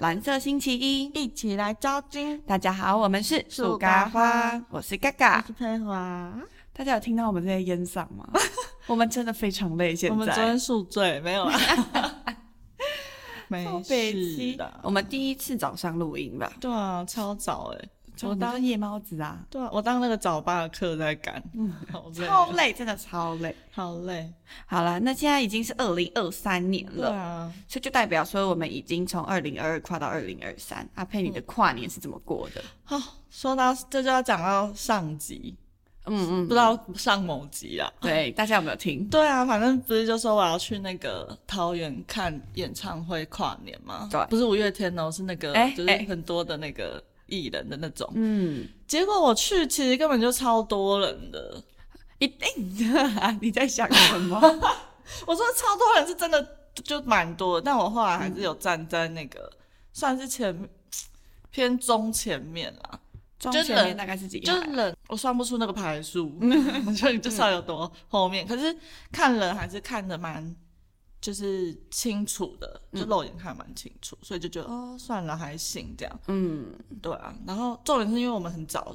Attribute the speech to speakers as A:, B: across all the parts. A: 蓝色星期一，
B: 一起来招金，
A: 大家好，我们是
B: 树咖花
A: 我是嘎
B: 我
A: 嘎。
B: 是佩华。
A: 大家有听到我们这些烟嗓 吗？我们真的非常累，现在
B: 我们昨天宿醉没 有啊？没
A: 好北
B: 事
A: 七
B: 的，。
A: 我们第一次早上录音吧，
B: 对啊，超早哎、欸！
A: 我
B: 我当
A: 当夜猫子啊，
B: 对啊，我当那个早八的课在赶，嗯，好累，
A: 超累，真的超累。
B: 好累。
A: 好了，那现在已经是二零二三年
B: 对
A: 了，
B: 啊，
A: 所以就代表说我们已经从二零二二跨到二零二三。阿佩，你的跨年是怎么过的？
B: 好、说到这就要讲到上集，
A: 嗯
B: 不知道上某集啦。
A: 对，大家有没有听？
B: 对啊，反正不是就说我要去那个桃园看演唱会跨年嘛，
A: 对
B: 不是五月天哦，是那个、
A: 哎
B: 就是
A: 哎
B: 很多的那个艺人的那种。
A: 嗯，
B: 结果我去，其实根本就超多人的。
A: 一定的， 你在想什么？
B: 我说超多人是真的就蛮多的，但我后来还是有站在那个、算是前偏中前面啦，
A: 中
B: 就
A: 前面
B: 冷
A: 大概是几
B: 就
A: 号？
B: 是人我算不出那个排数，所以就知道有多后面。可是看人还是看得蛮就是清楚的，就肉眼看得蛮清楚，所以就觉得哦算了还行这样。
A: 嗯，
B: 对啊，然后重点是因为我们很早，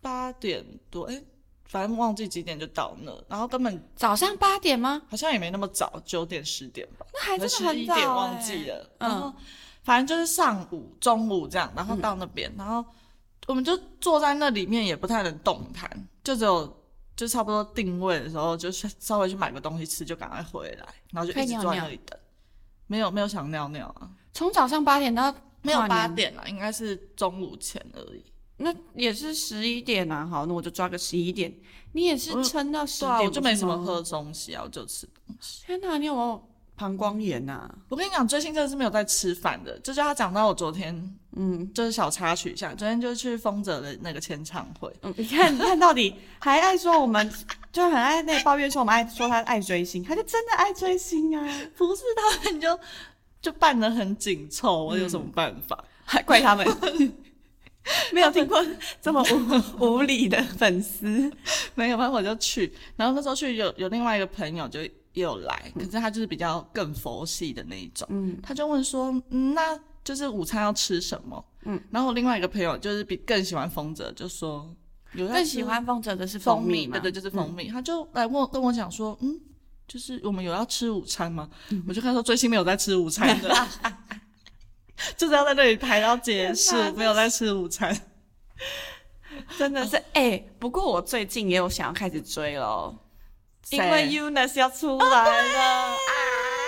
B: 八点多，哎、反正忘记几点就到那，然后根本
A: 早上八点吗？
B: 好像也没那么早，九点十点吧，
A: 那还真的
B: 十一
A: 很早、
B: 点
A: 欸，
B: 忘记了，哎
A: 嗯
B: 然后反正就是上午、中午这样，然后到那边，然后我们就坐在那里面也不太能动弹，就只有。就差不多定位的时候，就去稍微去买个东西吃，就赶快回来，然后就
A: 可以
B: 一直
A: 尿
B: 坐在
A: 尿
B: 那里等。没有没有想尿尿啊，
A: 从早上八点到
B: 没有
A: 跨
B: 八
A: 年，
B: 点啦，应该是中午前而已。
A: 那也是十一点啊。好，那我就抓个十一点。你也是
B: 我
A: 撑到十
B: 对
A: 点、
B: 啊，我就没什么
A: 不是吗。
B: 喝东西啊，我就吃东西。
A: 天哪，你有没有膀胱炎啊？
B: 我跟你讲，最近真的是没有在吃饭的，就是他讲到我昨天，
A: 嗯
B: 就是小插曲一下，昨天就去丰泽的那个签唱会，
A: 嗯，你看，你看到底还爱说我们，就很爱那抱怨说我们爱说他爱追星，他就真的爱追星啊，
B: 不是他们就就办得很紧凑，我有什么办法？
A: 还怪他们。 没有听过这么无无理的粉 丝，
B: 没有办法我就去，然后那时候去有有另外一个朋友就也有来，可是他就是比较更佛系的那一种，
A: 嗯，
B: 他就问说，嗯，那就是午餐要吃什么？嗯，然后我另外一个朋友就是比更喜欢丰泽，就说有要
A: 更
B: 吃
A: 喜欢风泽的是
B: 蜂
A: 蜜嘛？嗯
B: 对对，就是蜂蜜。他就来问跟我讲说，嗯，就是我们有要吃午餐吗？
A: 嗯
B: 我就看说最近没有在吃午餐的， 就是要在那里排到结束
A: 天哪，
B: 没有在吃午餐。
A: 真的是哎、不过我最近也有想要开始追了哦，因为
B: 谁
A: UNUS 要出来了啊！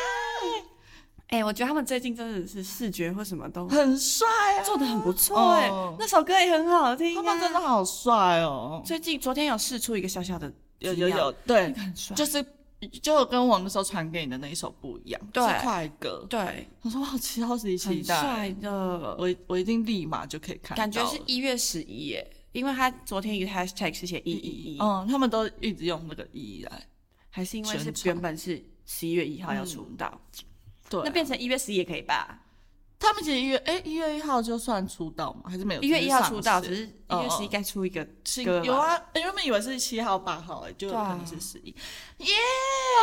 A: 哎、我觉得他们最近真的是视觉或什么都
B: 很帅啊，
A: 做的很不错哎、
B: 哦
A: 那首歌也很好听、
B: 他
A: 啊，
B: 们真的好帅哦，
A: 最近昨天有试出一个小小的
B: 有
A: 资
B: 有
A: 料，
B: 有，对，
A: 很帅，
B: 就是。就跟我那时候传给你的那一首不一样，
A: 对
B: 是快歌。
A: 对，
B: 我说哇，超级期
A: 很
B: 待，
A: 帅的，
B: 我我一定立马就可以看到
A: 感
B: 了。
A: 觉是一月十一耶，因为他昨天一个 hashtag 是写一一一，
B: 嗯，他们都一直用那个一来。
A: 还是因为是
B: 全场
A: 原本是十一月一号要出道，
B: 对啊，
A: 那变成一月十一也可以吧？
B: 他们其实一月哎一、月一号就算出道吗？还是没有？
A: 一月一号出道，
B: 只
A: 只
B: 是
A: 是一
B: 哦
A: 月
B: 哦
A: 十一该出一个
B: 上市
A: 歌吧
B: 有啊，哎原本以为是七号八号哎、就有
A: 对啊
B: 可能是十一。耶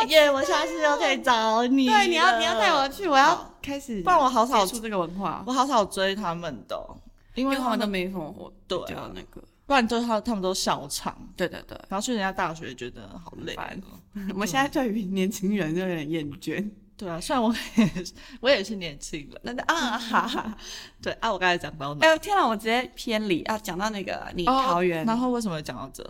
B: 耶！我下次又可以找你了。
A: 啊对，你要你要带我去，我要开始，
B: 不然我好少
A: 接触这个文化，
B: 我好少追他们的哦、因
A: 因
B: 为
A: 为他
B: 他
A: 们都
B: 们
A: 没什么活，
B: 对
A: 比较
B: 啊
A: 那个，
B: 不然就是他他们都笑场，
A: 对对对，
B: 然后去人家大学觉得好累哦、
A: 很 我们现在对于年轻人就有点厌倦，
B: 对啊，虽然我也是我也是年轻人，
A: 那啊哈 哈，
B: 对啊，我刚才讲到哪？
A: 哎呦天哪，我直接偏离啊，讲到那个你
B: 哦
A: 桃园，
B: 然后为什么会讲到这？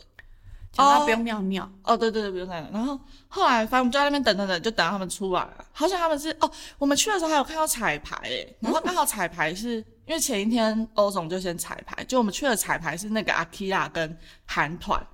A: 讲到
B: 哦
A: 不用尿尿，
B: 哦，对对对，不用再了。然后后来，反正我们就在那边等等等，就等到他们出来了。好像他们是哦，我们去的时候还有看到彩排诶，然
A: 嗯
B: 后刚好彩排是、因为前一天欧总就先彩排，就我们去的彩排是那个阿 Kira 跟韩团，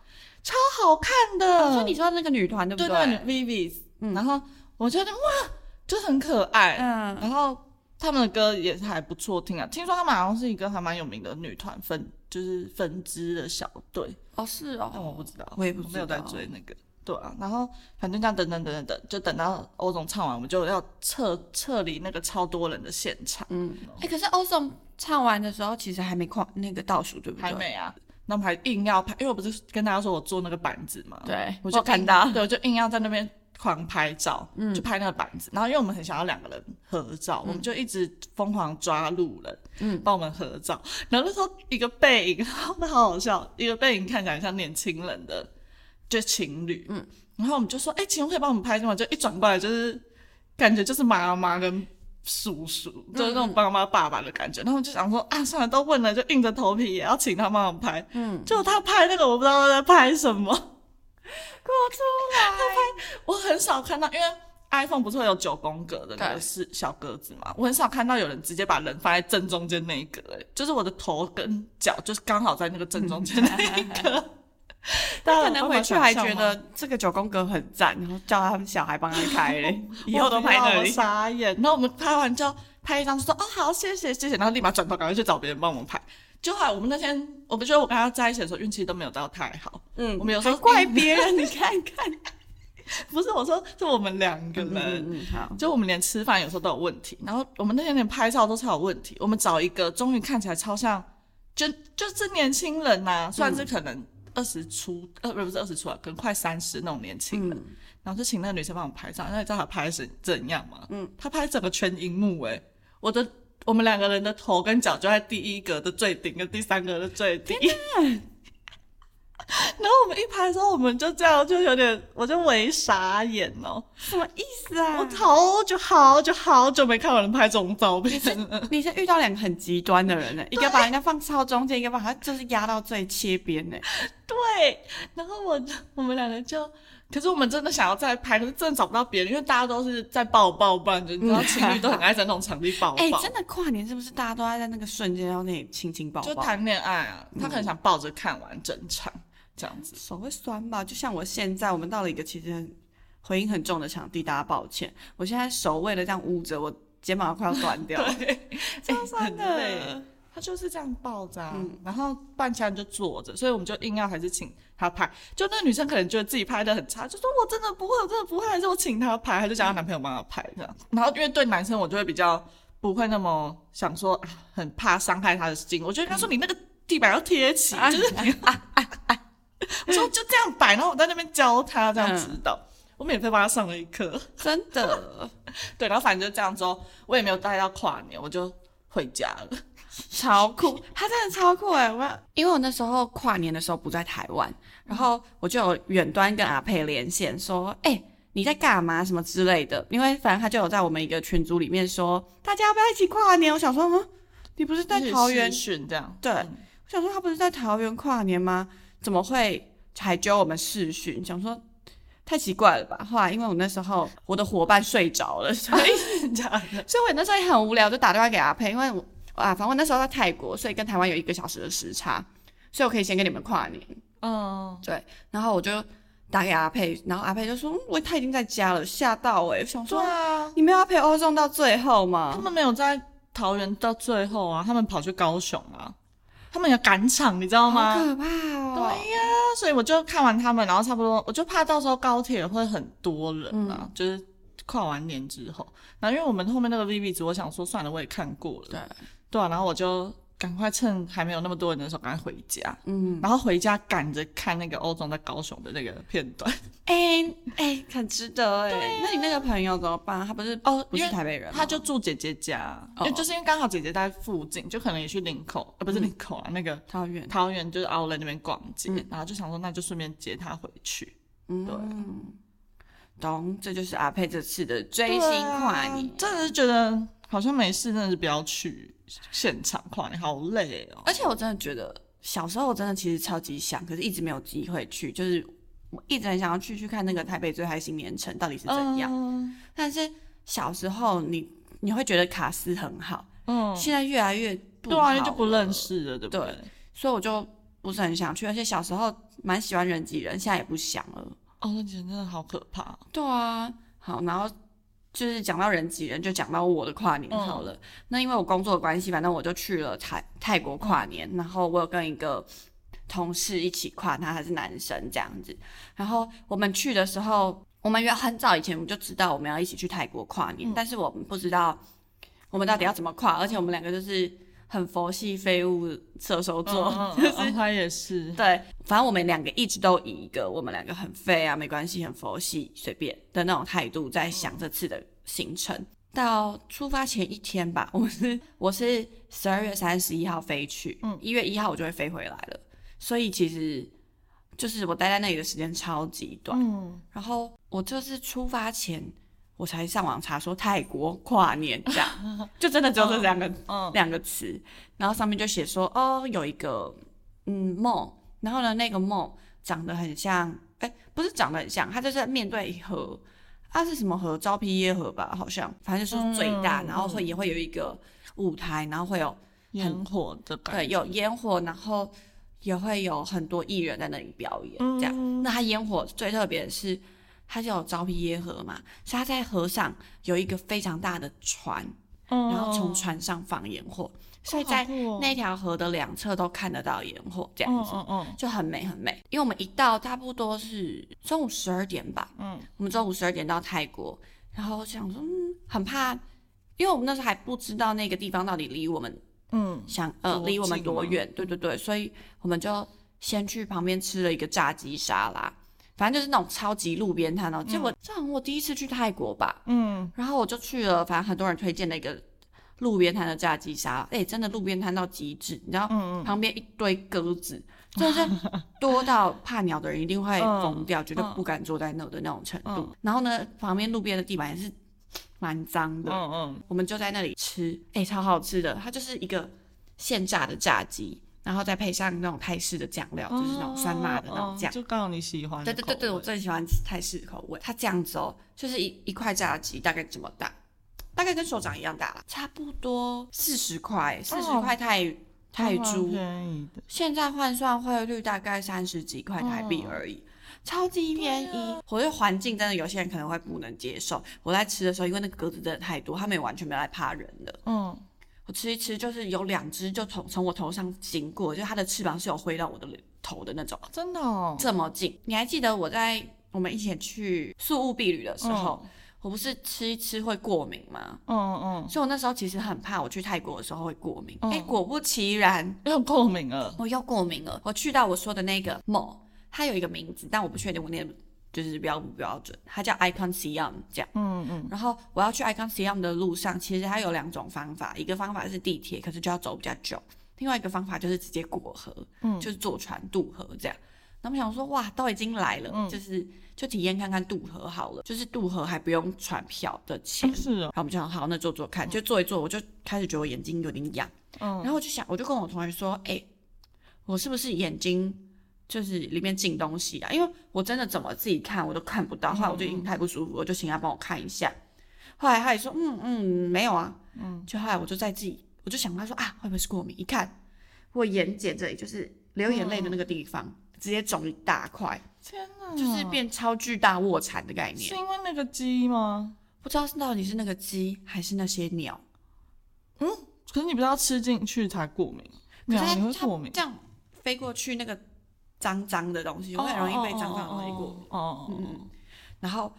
B: 超好看的。
A: 哦所以你说那个女团嗯对不
B: 对
A: 对？
B: 对，Vivi，、然后我觉得哇，就很可爱。
A: 嗯，
B: 然后他们的歌也是还不错听啊，听说他们好像是一个还蛮有名的女团分，就是分支的小队。
A: 哦是
B: 但我
A: 哦，
B: 不知道，
A: 我也不
B: 没有
A: 知
B: 在
A: 道
B: 追那个。对啊，然后反正这样等等等等等，就等到欧总唱完，我们就要撤撤离那个超多人的现场，
A: 嗯，哎，可是 Awesome 唱完的时候其实还没跨那个倒数，对不
B: 还
A: 对？
B: 没啊，那我们还硬要拍，因为我不是跟大家说我做那个板子嘛，
A: 对，
B: 我
A: 我
B: 就
A: 就看到。
B: 对，我就硬要在那边狂拍照，嗯，就拍那个板子。然后因为我们很想要两个人合照，我们就一直疯狂抓路人，嗯，帮我们合照。然后那时候一个背影， 那好好笑，一个背影看起来很像年轻人的就情侣，嗯，然后我们就说，哎、请问可以帮我们拍一下吗？就一转过来就是感觉就是妈妈跟。叔叔就是那种爸妈爸爸的感觉，然后我就想说啊，算了，都问了，就硬着头皮也要请他帮我拍。
A: 嗯，
B: 就他拍那个，我不知道他在拍什么。
A: 哭出来，
B: 我很少看到，因为 iPhone 不是会有九宫格的那个
A: 对
B: 是小格子嘛，我很少看到有人直接把人放在正中间那一格、欸，就是我的头跟脚就是刚好在那个正中间那一格。
A: 嗯
B: 大
A: 他
B: 家
A: 可
B: 有办法
A: 能回去还
B: 想象吗
A: 觉得这个九宫格很赞，然后叫他们小孩帮他开 嘞，以后都
B: 我不知
A: 拍
B: 道
A: 那
B: 我
A: 里。
B: 傻眼。然后我们拍完之后拍一张，说哦好，谢谢谢谢，然后立马转头赶快去找别人帮我们拍。就后来我们那天，我们觉得我跟他在一起的时候运气都没有到太好，
A: 嗯
B: 我们有时候
A: 还怪别人，你看看。
B: 不是我说是我们两个人，
A: 嗯，好，
B: 就我们连吃饭有时候都有问题，然后我们那天连拍照都超有问题。我们找一个终于看起来超像，就就是年轻人
A: 嗯
B: 呐、虽然是可能二十出，呃，不是二十出啊，可能快三十那种年轻
A: 嗯
B: 人。然后就请那个女生帮我拍照，那你知道她拍是怎样吗？嗯，她拍整个全荧幕、欸，我的我们两个人的头跟脚就在第一格的最顶跟第三格的最底。 然后我们一拍的时候，我们就这样，就有点，我就微傻眼哦、
A: 什么意思啊？
B: 我好久好久好久没看有人拍这种照片了。
A: 你是遇到两个很极端的人呢，一个把人家放超中间，一个把他就是压到最切边呢。
B: 对，然后我我们两个就，可是我们真的想要再拍，可是真的找不到别人，因为大家都是在抱抱，不然就你知道情侣都很爱在那种场地抱抱，
A: 嗯哎、真的跨年是不是大家都爱在那个瞬间要那里亲亲抱
B: 就
A: 抱？
B: 谈恋爱啊，他可能想抱着看完整场这样子。
A: 手会酸吧？就像我现在，我们到了一个其实很回音很重的场地，大家抱歉，我现在手为了这样捂着，我肩膀快要断掉了，
B: 嗯
A: 超酸
B: 哎很累
A: 的。
B: 他就是这样抱着、啊，然后半枪就坐着，所以我们就硬要还是请他拍。就那女生可能觉得自己拍的很差，就说我真的不会，我真的不会，还是我请他拍，还是叫她男朋友帮她拍这样。然后因为对男生，我就会比较不会那么想说，啊很怕伤害他的心。我就跟他说，你那个地板要贴起，
A: 啊
B: 就是你，啊我说就这样摆，然后我在那边教他这样
A: 嗯
B: 指导，我免费帮他上了一课。
A: 真 的
B: 对，然后反正就这样之后，我也没有待到跨年，我就回家了。
A: 超酷，他真的超酷哎！我要因为我那时候跨年的时候不在台湾，然后我就有远端跟阿佩连线说，哎、你在干嘛什么之类的，因为反正他就有在我们一个群组里面说，大家要不要一起跨年？我想说，嗯，你不是在桃园
B: 训这样，嗯
A: 对， 我想说他不是在桃园跨年吗？怎么会 还揪我们试训？想说太奇怪了吧。后来因为我那时候我的伙伴睡着了，所以
B: 真假的？
A: 所以我那时候也很无聊，就打电话给阿佩，因为我啊，反正我那时候在泰国，所以跟台湾有一个小时的时差，所以我可以先跟你们跨年。
B: 嗯，
A: 对，然后我就打给阿佩，然后阿佩就说，嗯我他已经在家了，吓到我、欸，想
B: 对
A: 说
B: 啊，
A: 你没有要陪欧中到最后
B: 他
A: 吗？
B: 们没有在桃园到最后啊，他们跑去高雄啊，他们有赶场，你知道
A: 好
B: 吗？
A: 可怕哦！
B: 对呀、所以我就看完他们，然后差不多，我就怕到时候高铁会很多人
A: 嗯
B: 啊，就是跨完年之后，然后因为我们后面那个 Vivi 直播，我想说算了，我也看过了，
A: 对，
B: 对啊，然后我就赶快趁还没有那么多人的时候，赶快回家，
A: 嗯，
B: 然后回家赶着看那个欧总在高雄的那个片段。
A: 哎、哎、很值得哎、那你那个朋友怎么办？他不是
B: 啊 哦
A: 不
B: 因
A: 是
B: 为
A: 台北人吗，
B: 他就住姐姐家，因为
A: 哦
B: 就是因为刚好姐姐在附近，就可能也去林口，呃，不是林口啊，那个
A: 桃园，
B: 桃园就是奥莱那边逛街，然后就想说那就顺便接她回去。
A: 嗯，懂，这就是阿佩这次的追
B: 对
A: 星
B: 啊
A: 跨年。
B: 真的是觉得好像没事，真的是不要去现场跨年，好累哦。
A: 而且我真的觉得，小时候我真的其实超级想，可是一直没有机会去，就是我一直很想要去去看那个台北最嗨新年城到底是怎样。
B: 嗯
A: 但是小时候你你会觉得卡斯很好，
B: 嗯，
A: 现在越来越不
B: 对啊，因为
A: 好
B: 就不
A: 了
B: 认，识了，对不对？
A: 所以我就不是很想去。而且小时候蛮喜欢人挤人，现在也不想了。
B: 哦，那真的好可怕哦。
A: 对啊，好，然后就是讲到人挤人，就讲到我的跨年好
B: 嗯
A: 了。那因为我工作的关系，反正我就去了泰泰国跨年，然后我有跟一个同事一起跨，他还是男生这样子。然后我们去的时候，我们约很早以前我们就知道我
B: 嗯
A: 们要一起去泰国跨年，但是我们不知道我们到底要怎么跨，而且我们两个就是。很佛系废物射手座，
B: 嗯嗯
A: 就是
B: 嗯他也是，
A: 对，反正我们两个一直都以一个我们两个很废啊，没关系，很佛系，随便的那种态度在想这次的行程。到出发前一天吧，我是 我是十二月三十一号飞去，嗯，一月一号我就会飞回来了，所以其实就是我待在那里的时间超级短。
B: 嗯，
A: 然后我就是出发前我才上网查说泰国跨年这 样，就真的只有这两个
B: 嗯
A: 两个词，然后上面就写说哦有一个嗯梦，然后呢那个梦长得很像，哎、不是长得很像，它就是面对河，它、是什么河？昭披耶河吧，好像，反正就是最大，
B: 嗯
A: 然后会也会有一个舞台，然后会有
B: 烟火的感觉，
A: 对有烟火，然后也会有很多艺人在那里表演这样。
B: 嗯
A: 那它烟火最特别的是，它就有昭披耶河嘛，所以它在河上有一个非常大的船，
B: 嗯
A: 然后从船上放烟火，所以
B: 好
A: 在
B: 酷哦
A: 那条河的两侧都看得到烟火，这样
B: 嗯
A: 子、
B: 嗯嗯
A: 就很美很美。因为我们一到差不多是中午十二点吧，
B: 嗯，
A: 我们中午十二点到泰国，然后想说，嗯，很怕，因为我们那时候还不知道那个地方到底离我们
B: 嗯，
A: 想呃
B: 多
A: 离我们
B: 近
A: 多
B: 吗
A: 远，对对对，所以我们就先去旁边吃了一个炸鸡沙拉，反正就是那种超级路边摊哦。结果这好像我第一次去泰国吧，
B: 嗯，
A: 然后我就去了，反正很多人推荐的一个路边摊的炸鸡沙拉，哎、真的路边摊到极致，你知道，
B: 嗯
A: 旁边一堆鸽子，真 的是多到怕鸟的人一定会疯掉，绝对不敢坐在那的那种程度。
B: 嗯
A: 然后呢，旁边路边的地板也是蛮脏的，
B: 嗯嗯，
A: 我们就在那里吃，哎、超好吃的，它就是一个现炸的炸鸡，然后再配上那种泰式的酱料，就是那种酸辣的那种酱。
B: 哦哦就刚好你喜欢
A: 对
B: 的
A: 对
B: 口味。
A: 对对，我最喜欢吃泰式口味。它这样子哦，就是一一块炸鸡大概这么大，大概跟手掌一样大啦，差不多四十
B: 哦
A: 块，四十块泰泰
B: 蛮
A: 铢，
B: 便宜的，
A: 现在换算汇率大概三十几块台币
B: 哦
A: 而已。超级便宜，
B: 啊
A: 我觉得环境真的有些人可能会不能接受。我在吃的时候，因为那个鸽子真的太多，他们也完全没有来怕人的。
B: 嗯，
A: 我吃一吃，就是有两只就从从我头上经过，就它的翅膀是有挥到我的头的那种。
B: 哦真的哦，
A: 这么近。你还记得我在我们一起去宿务避旅的时候，我不是吃一吃会过敏吗？
B: 嗯嗯，
A: 所以我那时候其实很怕我去泰国的时候会过敏。哎、
B: 嗯
A: 果不其然，
B: 又过敏了，
A: 我又过敏了。我去到我说的那个 mall，它有一个名字，但我不确定我念就是标不标准，它叫 Icon Siam 这样。
B: 嗯嗯，
A: 然后我要去 Icon Siam 的路上，其实它有两种方法，一个方法是地铁，可是就要走比较久；另外一个方法就是直接过河，
B: 嗯
A: 就是坐船渡河这样。那我想说，哇，都已经来了，
B: 嗯
A: 就是就体验看看渡河好了，就是渡河还不用船票的钱。
B: 哦是哦，
A: 然后我们就想，好，那坐坐看，就坐一坐，我就开始觉得我眼睛有点痒，
B: 嗯
A: 然后我就想，我就跟我同学说，哎、我是不是眼睛就是里面进东西啊？因为我真的怎么自己看我都看不到，后来我就
B: 嗯
A: 已经太不舒服，我就请他帮我看一下。后来他也说，嗯嗯，没有啊，嗯，就后来我就在自己，我就想他说啊，会不会是过敏？一看我眼睑这里就是流眼泪的那个地方，
B: 嗯
A: 直接肿一大块，
B: 天哪，
A: 就是变超巨大卧蚕的概念
B: 嗯是。因为那个鸡吗？
A: 不知道是到底是那个鸡还是那些鸟，
B: 可是你不是要吃进去才过敏，
A: 可
B: 对
A: 是
B: 啊
A: 它
B: 你会
A: 它
B: 过敏，
A: 这样飞过去那个脏脏的东西，就会很容易被脏脏的东西过敏。
B: 敏。哦哦哦，
A: 然后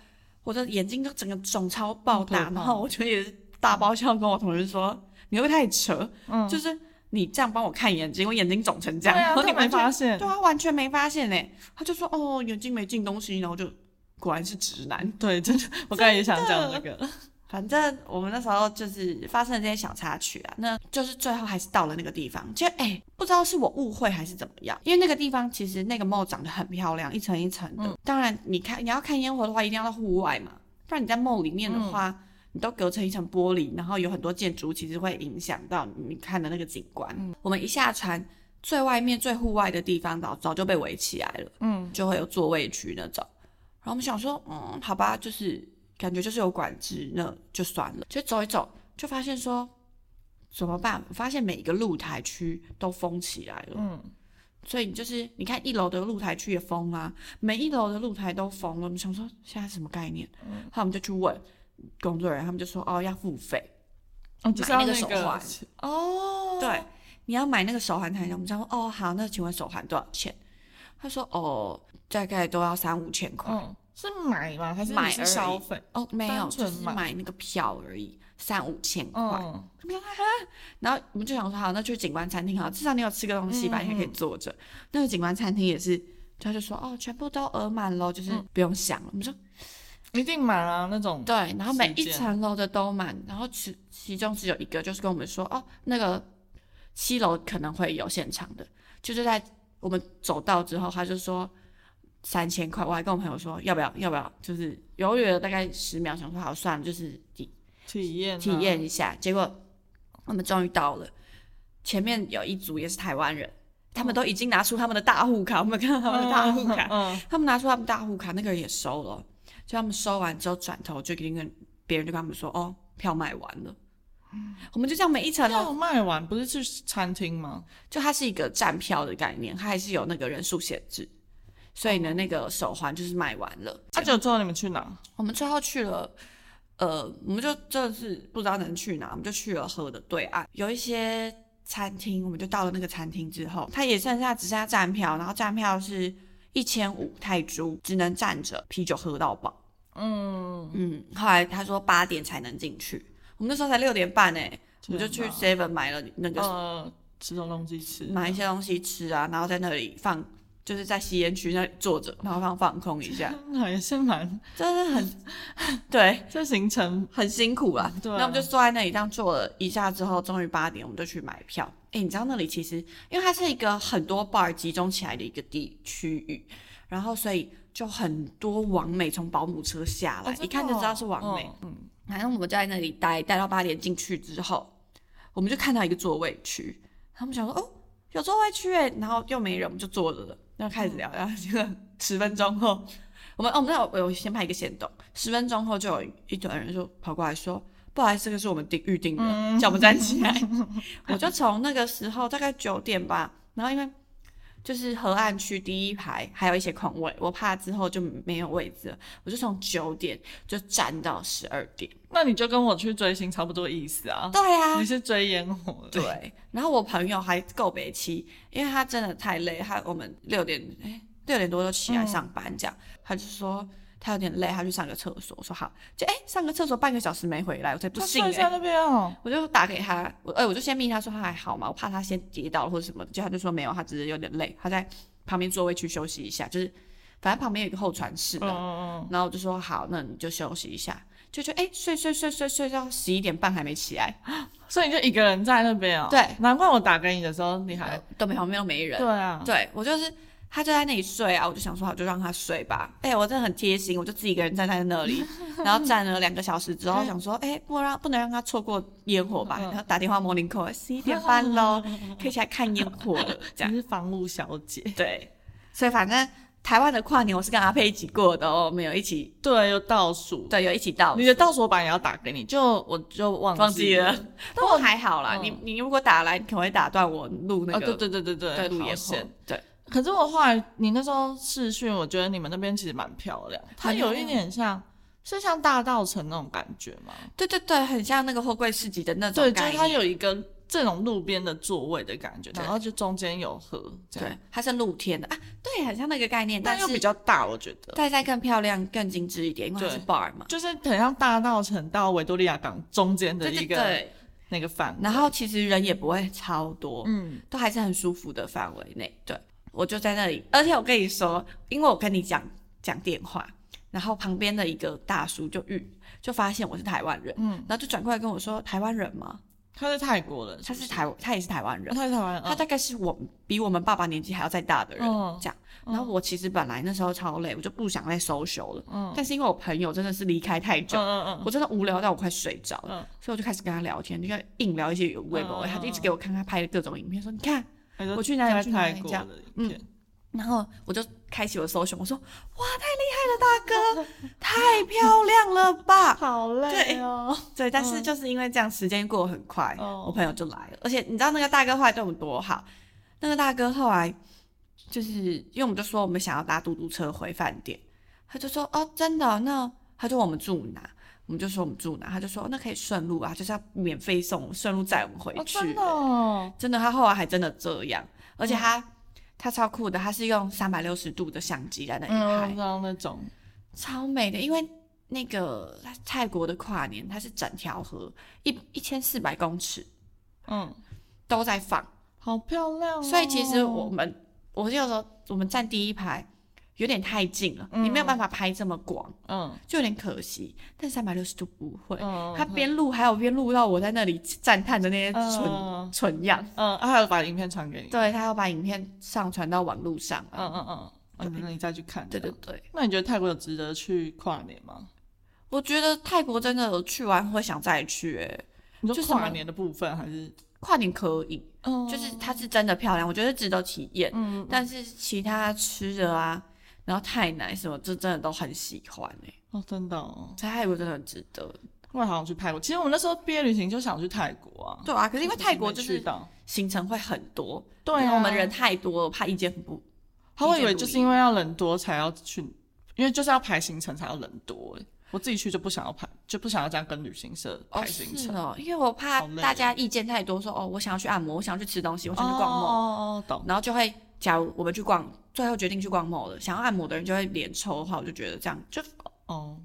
A: 我的眼睛就整个肿超爆大，
B: 很可怕
A: 然后我就也是大爆笑，跟我同事说：“你会不会太扯？
B: 嗯
A: 就是你这样帮我看眼睛，我眼睛肿成这
B: 对
A: 样，
B: 啊，
A: 然后你
B: 他没
A: 完全
B: 发现，
A: 对啊，完全没发现呢。”他就说：“哦，眼睛没进东西。”然后就果然是直男。
B: 对，真的，我刚才也想讲这个，
A: 反正我们那时候就是发生了这些小插曲啊，那就是最后还是到了那个地方，就哎、不知道是我误会还是怎么样，因为那个地方其实那个 mall 长得很漂亮，一层一层的。当然，你看你要看烟火的话，一定要到户外嘛，不然你在 mall 里面的话，你都隔成一层玻璃，然后有很多建筑，其实会影响到你看的那个景观。我们一下船，最外面最户外的地方早早就被围起来了。
B: 嗯
A: 就会有座位区那种。然后我们想说，嗯，好吧，就是感觉就是有管制，那就算了。就走一走，就发现说怎么办？我发现每一个露台区都封起来了，
B: 嗯，
A: 所以你就是你看一楼的露台区也封啦、每一楼的露台都封了。我们想说现在什么概念？
B: 嗯
A: 然后我们就去问工作人员，他们就说哦要付费，
B: 哦，就是
A: 买
B: 要
A: 那个手
B: 个
A: 环
B: 哦，
A: 对，你要买那个手环才能。我们想说哦好，那请问手环多少钱？他说哦大概都要三五千块。
B: 嗯，是买吗？还是你
A: 买而
B: 是
A: 已
B: 消费？
A: 哦，没有，
B: 单
A: 就
B: 纯
A: 是
B: 买
A: 买那个票而已。三五千块。
B: 嗯，
A: 我们说啊，然后我们就想说好，那去景观餐厅好，至少你有吃个东西吧，
B: 嗯
A: 你还可以坐着。那个景观餐厅也是，他就说哦，全部都额满喽，就是不用想了。我们说
B: 嗯一定满啊那种。
A: 对，然后每
B: 是
A: 一
B: 这样
A: 层楼的都满，然后其其中只有一个就是跟我们说哦，那个七楼可能会有现场的，就是在我们走到之后，他就说。三千块，我还跟我朋友说要不要，要不要，就是犹豫了大概十秒，想说好算了，就是
B: 体验啊
A: 体验一下。结果我们终于到了，前面有一组也是台湾人，他们都已经拿出他们的大户卡，我们看到他们的大户卡，
B: 嗯，
A: 他们拿出他们大户卡，那个人也收了。就他们收完之后，转头就跟跟别人就跟他们说：“哦，票卖完了。”
B: 嗯
A: 我们就这样每一层楼，
B: 要卖完不是去餐厅吗？
A: 就它是一个站票的概念，它还是有那个人数限制，所以呢，那个手环就是卖完了。
B: 啊，就之后你们去哪？
A: 我们最后去了，呃，我们就真的是不知道能去哪，我们就去了河的对岸，有一些餐厅，我们就到了那个餐厅之后，它也剩下只剩下站票，然后站票是一千五泰铢，只能站着，啤酒喝到饱。
B: 嗯，
A: 嗯，后来他说八点才能进去，我们那时候才六点半哎、我们就去
B: 天
A: Seven 买了那个、
B: 呃，吃东东西吃。
A: 买一些东西吃啊，然后在那里放，就是在吸烟区那里坐着，然后放放空 一下，
B: 那也是蛮，
A: 真的很对。
B: 这行程
A: 很辛苦啦。
B: 对
A: 那我们就坐在那里这样坐了一下之后，终于八点我们就去买票。诶，你知道那里其实因为它是一个很多 bar 集中起来的一个地区域，然后所以就很多网美从保姆车下
B: 哦
A: 来，一看就知道是网
B: 哦真
A: 美。。
B: 的哦嗯，
A: 反正我们就在那里待，待到八点进去之后，我们就看到一个座位区，他们想说哦有座位区哎，然后又没人，我们就坐着了，然后开始聊，然后结果 十分钟后，我们哦我们那我有先拍一个线动，十分钟后就有一堆人就跑过来说。不好意思，这个是我们定预定的，叫我们站起来。我就从那个时候大概九点吧，然后因为就是河岸区第一排还有一些空位，我怕之后就没有位置了，我就从九点就站到十二点。
B: 那你就跟我去追星差不多意思啊。
A: 对啊
B: 你，是追烟火的，
A: 对。然后我朋友还够北七，因为他真的太累，他我们六点哎六点多就起来上班，这样、他就说他有点累，他去上个厕所。我说好，就哎上个厕所半个小时没回来，我才不
B: 他
A: 信
B: 睡在
A: 哎、
B: 那边哦。
A: 我就打给他，我哎、我就先密他说他还好嘛，我怕他先跌倒或者什么，结果他就说没有，他只是有点累，他在旁边座位区休息一下，就是反正旁边有一个候船室
B: 嗯
A: 的，
B: 嗯嗯，
A: 然后我就说好，那你就休息一下，就就哎、睡睡睡睡睡到十一点半还没起来，
B: 嗯所以你就一个人在那边哦。
A: 对，
B: 难怪我打给你的时候你还
A: 都没旁边都没人
B: 对，啊，
A: 对我就是他就在那里睡啊，我就想说好就让他睡吧。哎、我真的很贴心，我就自己一个人站在那里，然后站了两个小时之后，想说哎、不让不能让他错过烟火吧，
B: 嗯
A: 然后打电话 morning call，十一点半喽，可以起来看烟火了，这样
B: 你是房屋小姐。
A: 对，所以反正。台湾的跨年我是跟阿佩一起过的哦，我们有一起
B: 对，有倒数。
A: 对有一起到
B: 你的倒数版也要打给你，就我就忘
A: 忘
B: 记
A: 记了，不过还好啦。
B: 嗯
A: 你你如果打来，你可能会打断我录 那
B: 啊，对
A: 个
B: 对对对对，
A: 对录
B: 好
A: 烟火
B: 险。，
A: 对
B: 可是我后来你那时候试训，我觉得你们那边其实蛮漂亮，它有一点像是像大道城那种感觉嘛。
A: 对对对，很像那个货柜市集的那种
B: 对，就
A: 概
B: 是
A: 念。
B: 它有一个这种路边的座位的感觉，
A: 对
B: 然后就中间有河，这样
A: 对，它是露天的啊，对，很像那个概念，
B: 但
A: 哎但
B: 又
A: 是
B: 比较大，我觉得。
A: 但再更漂亮、更精致一点，因为它是
B: 对
A: bar 嘛。
B: 就是很像大道城到维多利亚港中间的
A: 对对
B: 一个
A: 对，
B: 那个范围，
A: 然后其实人也不会超多，
B: 嗯，
A: 都还是很舒服的范围内。对，我就在那里，而且我跟你说，因为我跟你讲讲电话，然后旁边的一个大叔就遇就发现我是台湾人，
B: 嗯
A: 然后就转过来跟我说：“台湾人吗
B: 他是泰国人，？”
A: 他
B: 不
A: 是台，他也是台湾人
B: 啊，他是台湾人，
A: 他大概是我们比我们爸爸年纪还要再大的人，
B: 嗯
A: 这样。然后我其实本来那时候超累，我就不想再 social 了，
B: 嗯
A: 但是因为我朋友真的是离开太久，
B: 嗯嗯
A: 我真的无聊到我快睡着了，
B: 嗯
A: 所以我就开始跟他聊天，就跟他硬聊一些有微博，
B: 嗯嗯嗯
A: 他就一直给我看他拍的各种影片，说你看，
B: 嗯，
A: 我去哪里
B: 在
A: 去哪里
B: 泰国
A: 这样
B: 的影
A: 嗯
B: 片，
A: 然后我就开启我的搜寻，我说 哇，太厉害了，大哥，太漂亮了吧？
B: 好
A: 累
B: 哦，
A: 对，但是就是因为这样，时间过得很快，
B: 哦
A: 我朋友就来了，而且你知道那个大哥后来对我们多好，那个大哥后来就是因为我们就说我们想要搭嘟嘟车回饭店，他就说哦，真的哦，那他就问我们住哪。我们就说我们住哪，他就说那可以顺路啊，就是要免费送我们，顺路载我们回
B: 哦
A: 去。
B: 真的哦，
A: 真的，他后来还真的这样，而且他、他超酷的，他是用三百六十度的相机在那里
B: 嗯，我
A: 拍，
B: 知道那种，
A: 超美的。因为那个泰国的跨年，它是整条河一一千四百公尺
B: 嗯，
A: 都在放，
B: 好漂亮、哦。
A: 所以其实我们我就说我们站第一排有点太近了，你没有办法拍这么广，
B: 嗯
A: 就有点可惜。但三百六十度不会，
B: 嗯，
A: 他边录还有边录到我在那里赞叹的那些蠢、
B: 嗯
A: 蠢样，
B: 嗯，啊还有把影片传给你。
A: 对他要把影片上传到网络上啊。
B: 嗯嗯嗯，嗯，那你再去看。
A: 对对。对，
B: 那你觉得泰国有值得去跨年吗？
A: 我觉得泰国真的去完会想再去、欸，
B: 你
A: 就
B: 说
A: 是我
B: 跨年的部分还是？
A: 跨年可以，
B: 嗯
A: 就是它是真的漂亮，我觉得值得体验。
B: 嗯，
A: 但是其他吃的啊，然后泰奶什么，这真的都很喜欢哎、
B: 哦，真的哦，
A: 在泰国真的很值得。
B: 我也好想去泰国。其实我们那时候毕业旅行就想去泰国啊，
A: 对啊，可是因为泰国就
B: 没去
A: 是
B: 到，
A: 行程会很多，
B: 对
A: 然
B: 啊，
A: 后我们人太多了，怕意见不
B: 他会以为
A: 意见不一
B: 就是因为要人多才要去，因为就是要排行程才要人多欸。我自己去就不想要排，就不想要这样跟旅行社
A: 哦
B: 排行
A: 是
B: 程。
A: 哦，因为我怕
B: 好累啊
A: 大家意见太多，说哦我想要去按摩，我想要去吃东西，我想去逛 mall，、
B: 哦哦哦，懂。
A: 然后就会假如我们去逛，最后决定去逛 mall 的，想要按摩的人就会脸抽的话，我就觉得这样就
B: 哦，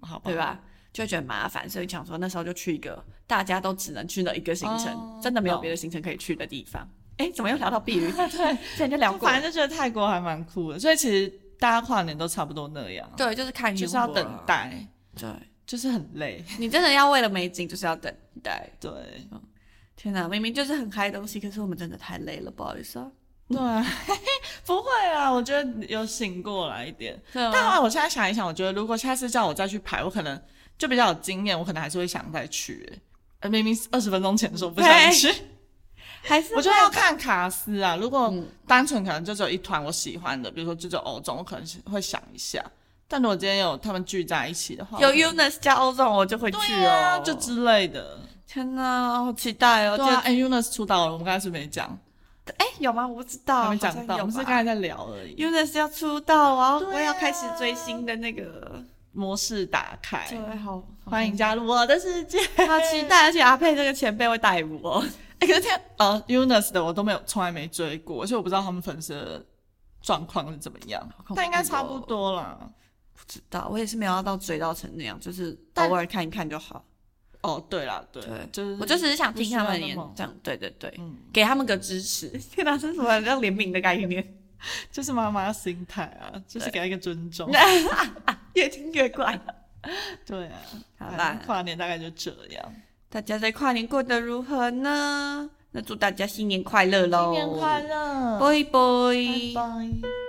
B: 好吧，
A: 对？吧？就会觉得很麻烦，所以想说那时候就去一个大家都只能去的一个行程，
B: 哦
A: 真的没有
B: 懂
A: 别的行程可以去的地方。哎，怎么又聊到 避旅？
B: 对，
A: 之前就聊
B: 就
A: 过
B: 反，正就觉得泰国还蛮酷的，所以其实大家跨年都差不多那样，
A: 对，就是看烟火
B: 就是要等。待，
A: 对，
B: 就是很累。
A: 你真的要为了美景，就是要等待。
B: 对，
A: 天哪，明明就是很嗨的东西，可是我们真的太累了，不好意思啊。
B: 对啊， 不会啊，我觉得你有醒过来一点。
A: 对啊
B: 但后哦来我现在想一想，我觉得如果下次叫我再去排，我可能就比较有经验，我可能还是会想再去、欸。呃，明明二十分钟前说不想去，
A: 还是
B: 我觉得要看卡司啊。如果
A: 嗯
B: 单纯可能就只有一团我喜欢的，比如说就只有欧总，我可能是会想一下。但如果今天有他们聚在一起的话，
A: 有
B: 我可能
A: Unis 加 Ozone，我就会去
B: 对啊，
A: 哦。
B: 就之类的。
A: 天哪，好期待哦！
B: 对啊，哎，Unis 出道了，我们刚才是没讲，
A: 就哎，有吗？我不知道，
B: 还没
A: 好像
B: 讲到，我
A: 有
B: 们是
A: 吧
B: 刚才在聊而已。
A: Unis 要出道啊，
B: 对啊
A: 我也要开始追星的那个。哎
B: 模式打开，
A: 对，好，
B: 欢迎加入我的世界。
A: 好期待，而且阿佩这个前辈会带我。
B: 哎、可是天呃，Unis 的我都没有，从来没追过，而且我不知道他们粉丝的状况是怎么样，
A: 恐怖哦
B: 但应该差不多啦。
A: 不知道，我也是没有要到追到成那样，就是
B: 但
A: 偶尔看一看就好。
B: 哦，对啦，对，
A: 对
B: 就是
A: 我就只是想听他们
B: 不需
A: 演
B: 要那么
A: 讲，对对对，
B: 嗯，
A: 给他们个支持。 天哪，这是什么叫怜悯的概念？
B: 就是妈妈心态啊，就是给他一个尊 重。
A: 啊越听越怪。
B: 对啊，
A: 好
B: 反
A: 啦
B: 正跨年大概就这样。
A: 大家在跨年过得如何呢？那祝大家新年快乐喽！
B: 新年快乐，
A: 拜拜
B: 拜拜。